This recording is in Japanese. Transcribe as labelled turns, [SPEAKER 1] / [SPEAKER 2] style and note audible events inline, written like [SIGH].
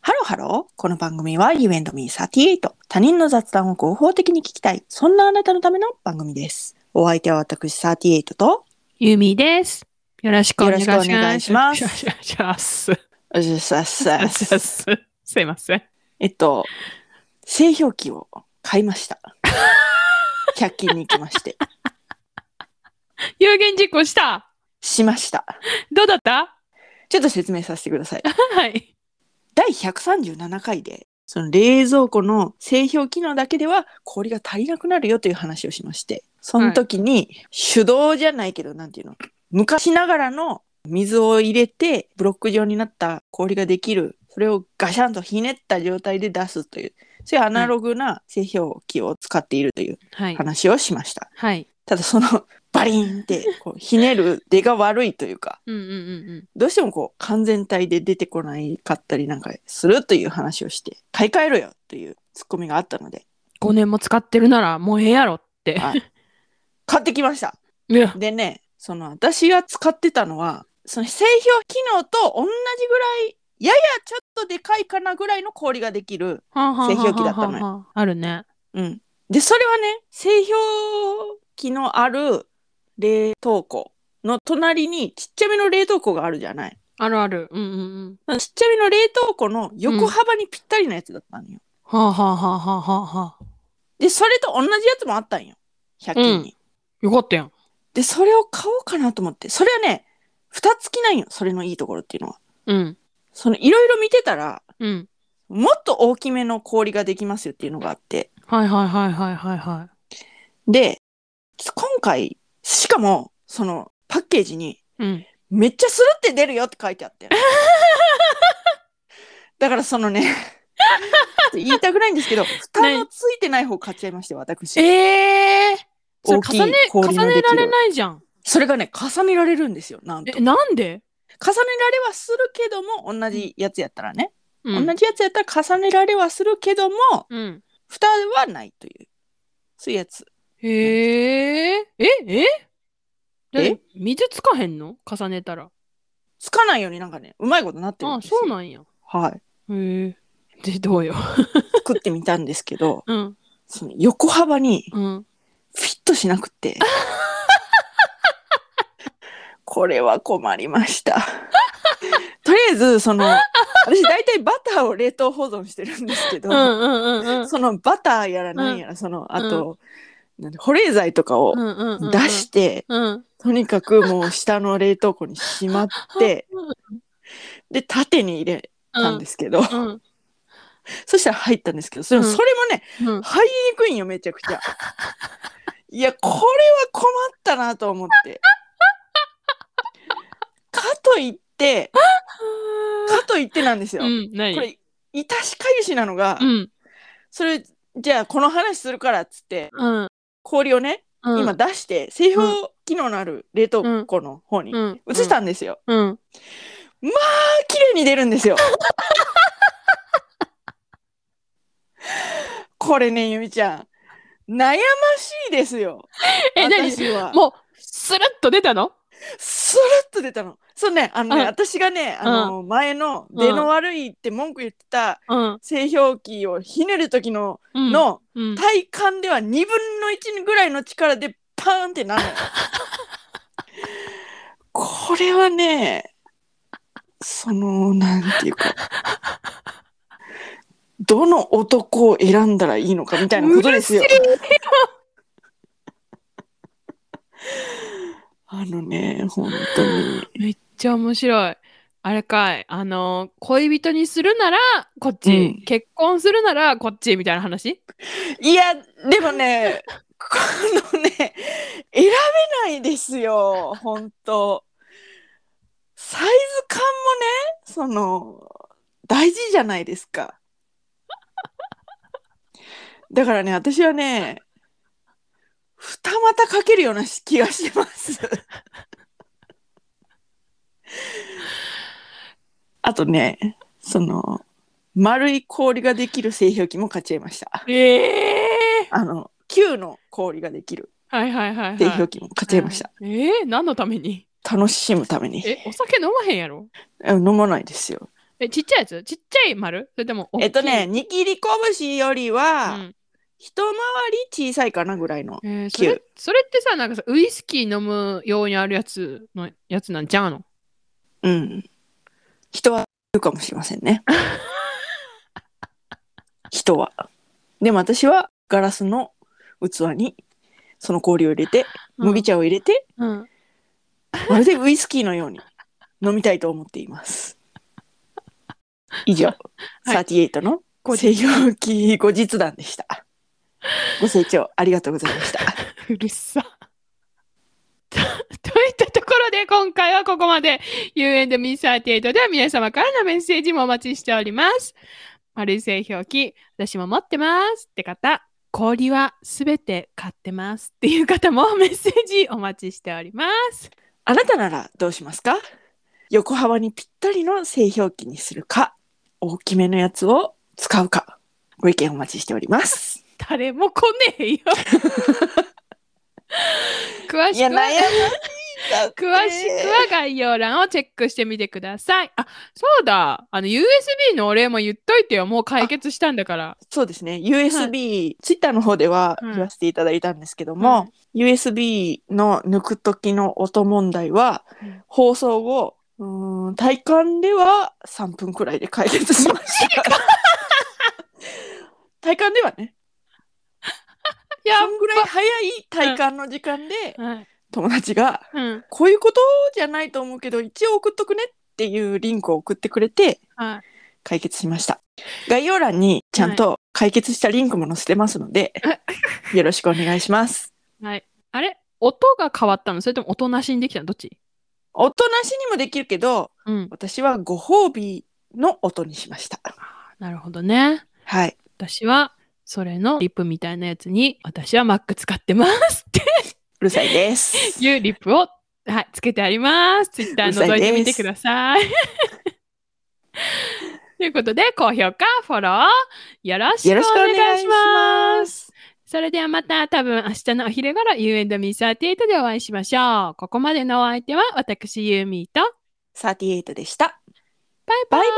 [SPEAKER 1] ハロー。この番組は You and me38。他人の雑談を合法的に聞きたい。そんなあなたのための番組です。お相手は私38と、
[SPEAKER 2] ゆみです。よろしくお願いしま
[SPEAKER 1] よ
[SPEAKER 2] す。
[SPEAKER 1] ろしくお願いします
[SPEAKER 2] よろしくお願いします。
[SPEAKER 1] うじさっさっさ
[SPEAKER 2] すいません。
[SPEAKER 1] [LAUGHS] えっと、製氷機を買いました。100均に行きまして。
[SPEAKER 2] 有言実行した
[SPEAKER 1] しました。
[SPEAKER 2] どうだった
[SPEAKER 1] ちょっと説明させてください。
[SPEAKER 2] はい。
[SPEAKER 1] 第137回で、その冷蔵庫の製氷機能だけでは氷が足りなくなるよという話をしまして、その時に手動じゃないけど、なんていうの、昔ながらの水を入れてブロック状になった氷ができる、それをガシャンとひねった状態で出すという、そういうアナログな製氷機を使っているという
[SPEAKER 2] はい。
[SPEAKER 1] 話をしました。
[SPEAKER 2] はい。
[SPEAKER 1] ただそのバリンってこうひねる出が悪いというか、
[SPEAKER 2] うんうんうんうん。
[SPEAKER 1] どうしてもこう完全体で出てこないかったりなんかするという話をして買い替えろよというツッコミがあったので、
[SPEAKER 2] 5年も使ってるならもうええやろって。
[SPEAKER 1] はい、買ってきました
[SPEAKER 2] いや
[SPEAKER 1] でねその私が使ってたのはその製氷機能と同じぐらいややちょっとでかいかなぐらいの氷ができる、製氷機だったのよ
[SPEAKER 2] よ。あるね。
[SPEAKER 1] うん、でそれはね製氷機のある冷凍庫の隣にちっちゃめの冷凍庫があるじゃない
[SPEAKER 2] あるある。うんうんうん。
[SPEAKER 1] ちっちゃめの冷凍庫の横幅にぴったりなやつだったのよ、
[SPEAKER 2] はあはあはあはあはあはあ。
[SPEAKER 1] で、それと同じやつもあったんよ。100均に。
[SPEAKER 2] よかったやん。
[SPEAKER 1] で、それを買おうかなと思って。それはね、二つきないよ。それのいいところっていうのは。
[SPEAKER 2] うん。
[SPEAKER 1] その、いろいろ見てたら、
[SPEAKER 2] うん。
[SPEAKER 1] もっと大きめの氷ができますよっていうのがあって。
[SPEAKER 2] はいはいはいはいはいは
[SPEAKER 1] で、今回、しかも、その、パッケージに、
[SPEAKER 2] い。うん。
[SPEAKER 1] めっちゃスルって出るよって書いてあ [LAUGHS] って。だからそのね、言いたくないんですけど、蓋のついてない方買っちゃいまして、私。
[SPEAKER 2] ええそれ
[SPEAKER 1] 大きい
[SPEAKER 2] 重ね、重
[SPEAKER 1] 氷のでき
[SPEAKER 2] ね
[SPEAKER 1] る
[SPEAKER 2] られないじゃん。
[SPEAKER 1] それがね、重ねられるんですよ、なんと
[SPEAKER 2] え、。なんで、
[SPEAKER 1] 重ねられはするけども同じやつやったらね、
[SPEAKER 2] うん、
[SPEAKER 1] 同じやつやったら重ねられはするけども
[SPEAKER 2] うん。
[SPEAKER 1] 蓋はないというそういうやつ
[SPEAKER 2] へえ。ええ
[SPEAKER 1] え
[SPEAKER 2] え水つかへんの重ねたら。
[SPEAKER 1] つかないようになんかねうまいことなってるん
[SPEAKER 2] あ、
[SPEAKER 1] ですよ
[SPEAKER 2] そうなんや。
[SPEAKER 1] はい
[SPEAKER 2] へえ。で、どうよ。
[SPEAKER 1] 作ってみたんですけど [LAUGHS]
[SPEAKER 2] うん。
[SPEAKER 1] その横幅に
[SPEAKER 2] うん。
[SPEAKER 1] フィットしなく
[SPEAKER 2] [LAUGHS]
[SPEAKER 1] てこれは困りましたとりあえずその私大体バターを冷凍保存してるんですけど、
[SPEAKER 2] うんうんうんうん。
[SPEAKER 1] そのバターやらなんやら、そのあと、なんで保冷剤とかを
[SPEAKER 2] うんうんうん。
[SPEAKER 1] 出し。て、
[SPEAKER 2] うん。
[SPEAKER 1] とにかくもう下の冷凍庫にしま
[SPEAKER 2] [LAUGHS]
[SPEAKER 1] って
[SPEAKER 2] うん、
[SPEAKER 1] で、縦に入れたんですけど、
[SPEAKER 2] うん。うん。
[SPEAKER 1] そしたら入ったんですけど、それも
[SPEAKER 2] うん
[SPEAKER 1] それもね、
[SPEAKER 2] うん。
[SPEAKER 1] 入りにくいんよ、めちゃく
[SPEAKER 2] [LAUGHS]
[SPEAKER 1] ちゃ。いや、これは困ったなと思って。かといって、かといってなんですよ。
[SPEAKER 2] うん。何
[SPEAKER 1] これ、いたしかゆしなのが、
[SPEAKER 2] うん。
[SPEAKER 1] それ、じゃあこの話するからっつって、
[SPEAKER 2] うん。
[SPEAKER 1] 氷をね、
[SPEAKER 2] うん
[SPEAKER 1] 今、出して、製氷機能のある冷凍庫の方に
[SPEAKER 2] うん。
[SPEAKER 1] 移したんですよ。
[SPEAKER 2] うん。
[SPEAKER 1] 綺麗に出るんですよ。 [LAUGHS] これね、ゆみちゃん。悩ましいですよ。
[SPEAKER 2] え、何
[SPEAKER 1] 私は。
[SPEAKER 2] もう、スルッと出たの
[SPEAKER 1] スルッと出たの。そうね、あのね、
[SPEAKER 2] うん
[SPEAKER 1] 私がね、あの、前の出の悪いって文句言ってた
[SPEAKER 2] うん。
[SPEAKER 1] 製氷機をひねる時の、
[SPEAKER 2] うん。
[SPEAKER 1] の
[SPEAKER 2] うん。
[SPEAKER 1] 体感では2分の1ぐらいの力でパーンって
[SPEAKER 2] [LAUGHS]
[SPEAKER 1] なるの。これはね、その、なんていうか、どの男を選んだらいいのかみたいなことですよ
[SPEAKER 2] う。る
[SPEAKER 1] あのね、本当に。
[SPEAKER 2] めっちゃ面白い。あれかい。あのー、恋人にするならこっち、
[SPEAKER 1] うん
[SPEAKER 2] 結婚するならこっちみたいな話
[SPEAKER 1] いや、でもね、このね、選べないですよ、本当サイズ感もね、その、大事じゃないですか。だからね、私はね、二股かけるような気がしてます。あとね、その、丸い氷ができる製氷機も買っちゃいました。
[SPEAKER 2] ええ
[SPEAKER 1] あの、球の氷ができる
[SPEAKER 2] はいはいはい、はい。
[SPEAKER 1] 製氷機も買っちゃいました。
[SPEAKER 2] はい。ええ何のために
[SPEAKER 1] 楽しむために。 [LAUGHS]
[SPEAKER 2] え、お酒飲まへんやろ
[SPEAKER 1] あ飲まないですよ。
[SPEAKER 2] え、ちっちゃいやつちっちゃい丸それでも大きい
[SPEAKER 1] えっとね、、握り拳より
[SPEAKER 2] う
[SPEAKER 1] は、
[SPEAKER 2] ん、
[SPEAKER 1] 一回り小さいかなぐらいの。
[SPEAKER 2] えーそ
[SPEAKER 1] キュー
[SPEAKER 2] れそれってさなんかさウイスキー飲む用にあるやつのやつなんじゃうの
[SPEAKER 1] うん。人は言うかもしれませんね。 [LAUGHS] 人は。でも私はガラスの器にその氷を入れて、麦
[SPEAKER 2] ち
[SPEAKER 1] 茶を入れて、
[SPEAKER 2] ゃん、うん、
[SPEAKER 1] [LAUGHS] まるでウイスキーのように飲みたいと思っています。以上、
[SPEAKER 2] はい
[SPEAKER 1] 38の
[SPEAKER 2] 後
[SPEAKER 1] 西
[SPEAKER 2] 日
[SPEAKER 1] 洋記後日談でした。ご清聴ありがとうございました。
[SPEAKER 2] うるさ [LAUGHS] とといったところで今回はここまで U&Me38 では皆様からのメッセージもお待ちしております丸い製氷機私も持ってますって方氷はすべて買ってますっていう方もメッセージお待ちしております
[SPEAKER 1] あなたならどうしますか横幅にぴったりの製氷機にするか大きめのやつを使うかご意見お待ちしております
[SPEAKER 2] 誰も来ね
[SPEAKER 1] [LAUGHS]
[SPEAKER 2] えよ詳
[SPEAKER 1] い
[SPEAKER 2] し
[SPEAKER 1] や
[SPEAKER 2] く
[SPEAKER 1] 悩
[SPEAKER 2] は
[SPEAKER 1] ましいんだって
[SPEAKER 2] 詳しくは概要欄をチェックしてみてください。あそうだあの USB のお礼も言っといてよもう解決したんだから。
[SPEAKER 1] そうですね USB、ツイッターの方では
[SPEAKER 2] うん
[SPEAKER 1] 言わせていただいたんですけども、USB の抜く時の音問題は、
[SPEAKER 2] うん
[SPEAKER 1] 放送後うーん体感では3分くらいで解決しました [LAUGHS] 体感ではね
[SPEAKER 2] や
[SPEAKER 1] そんぐらい早い体感の時間で、
[SPEAKER 2] ばはい
[SPEAKER 1] 友達が
[SPEAKER 2] うん
[SPEAKER 1] 「こういうことじゃないと思うけど一応送っとくね」っていうリンクを送ってくれて
[SPEAKER 2] はい
[SPEAKER 1] 解決しました概要欄にちゃんと解決したリンクも載せてますので、よろしくお願いします
[SPEAKER 2] はい、あれ音が変わったのそれとも音なしにできたのどっち
[SPEAKER 1] おとなしにもできるけど
[SPEAKER 2] うん
[SPEAKER 1] 私はご褒美の音にしました
[SPEAKER 2] なるほどね。
[SPEAKER 1] はい
[SPEAKER 2] 私はそれのリップみたいなやつに私は Mac 使ってますっ
[SPEAKER 1] うるさいです
[SPEAKER 2] ていうリップを、はい、つけてあります。Twitter
[SPEAKER 1] うるさい
[SPEAKER 2] 覗いてみ
[SPEAKER 1] で
[SPEAKER 2] て
[SPEAKER 1] す
[SPEAKER 2] ください。 [LAUGHS] ということで高評価フォローよろしくお
[SPEAKER 1] よろしくお
[SPEAKER 2] 願
[SPEAKER 1] 願
[SPEAKER 2] い
[SPEAKER 1] い
[SPEAKER 2] し
[SPEAKER 1] し
[SPEAKER 2] ま
[SPEAKER 1] ま
[SPEAKER 2] す。
[SPEAKER 1] す
[SPEAKER 2] それではまた多分明日のお昼頃 You and Me38 でお会いしましょう。ここまでのお相手は私ユーミーと
[SPEAKER 1] 38でした
[SPEAKER 2] バイバ
[SPEAKER 1] バイ
[SPEAKER 2] イ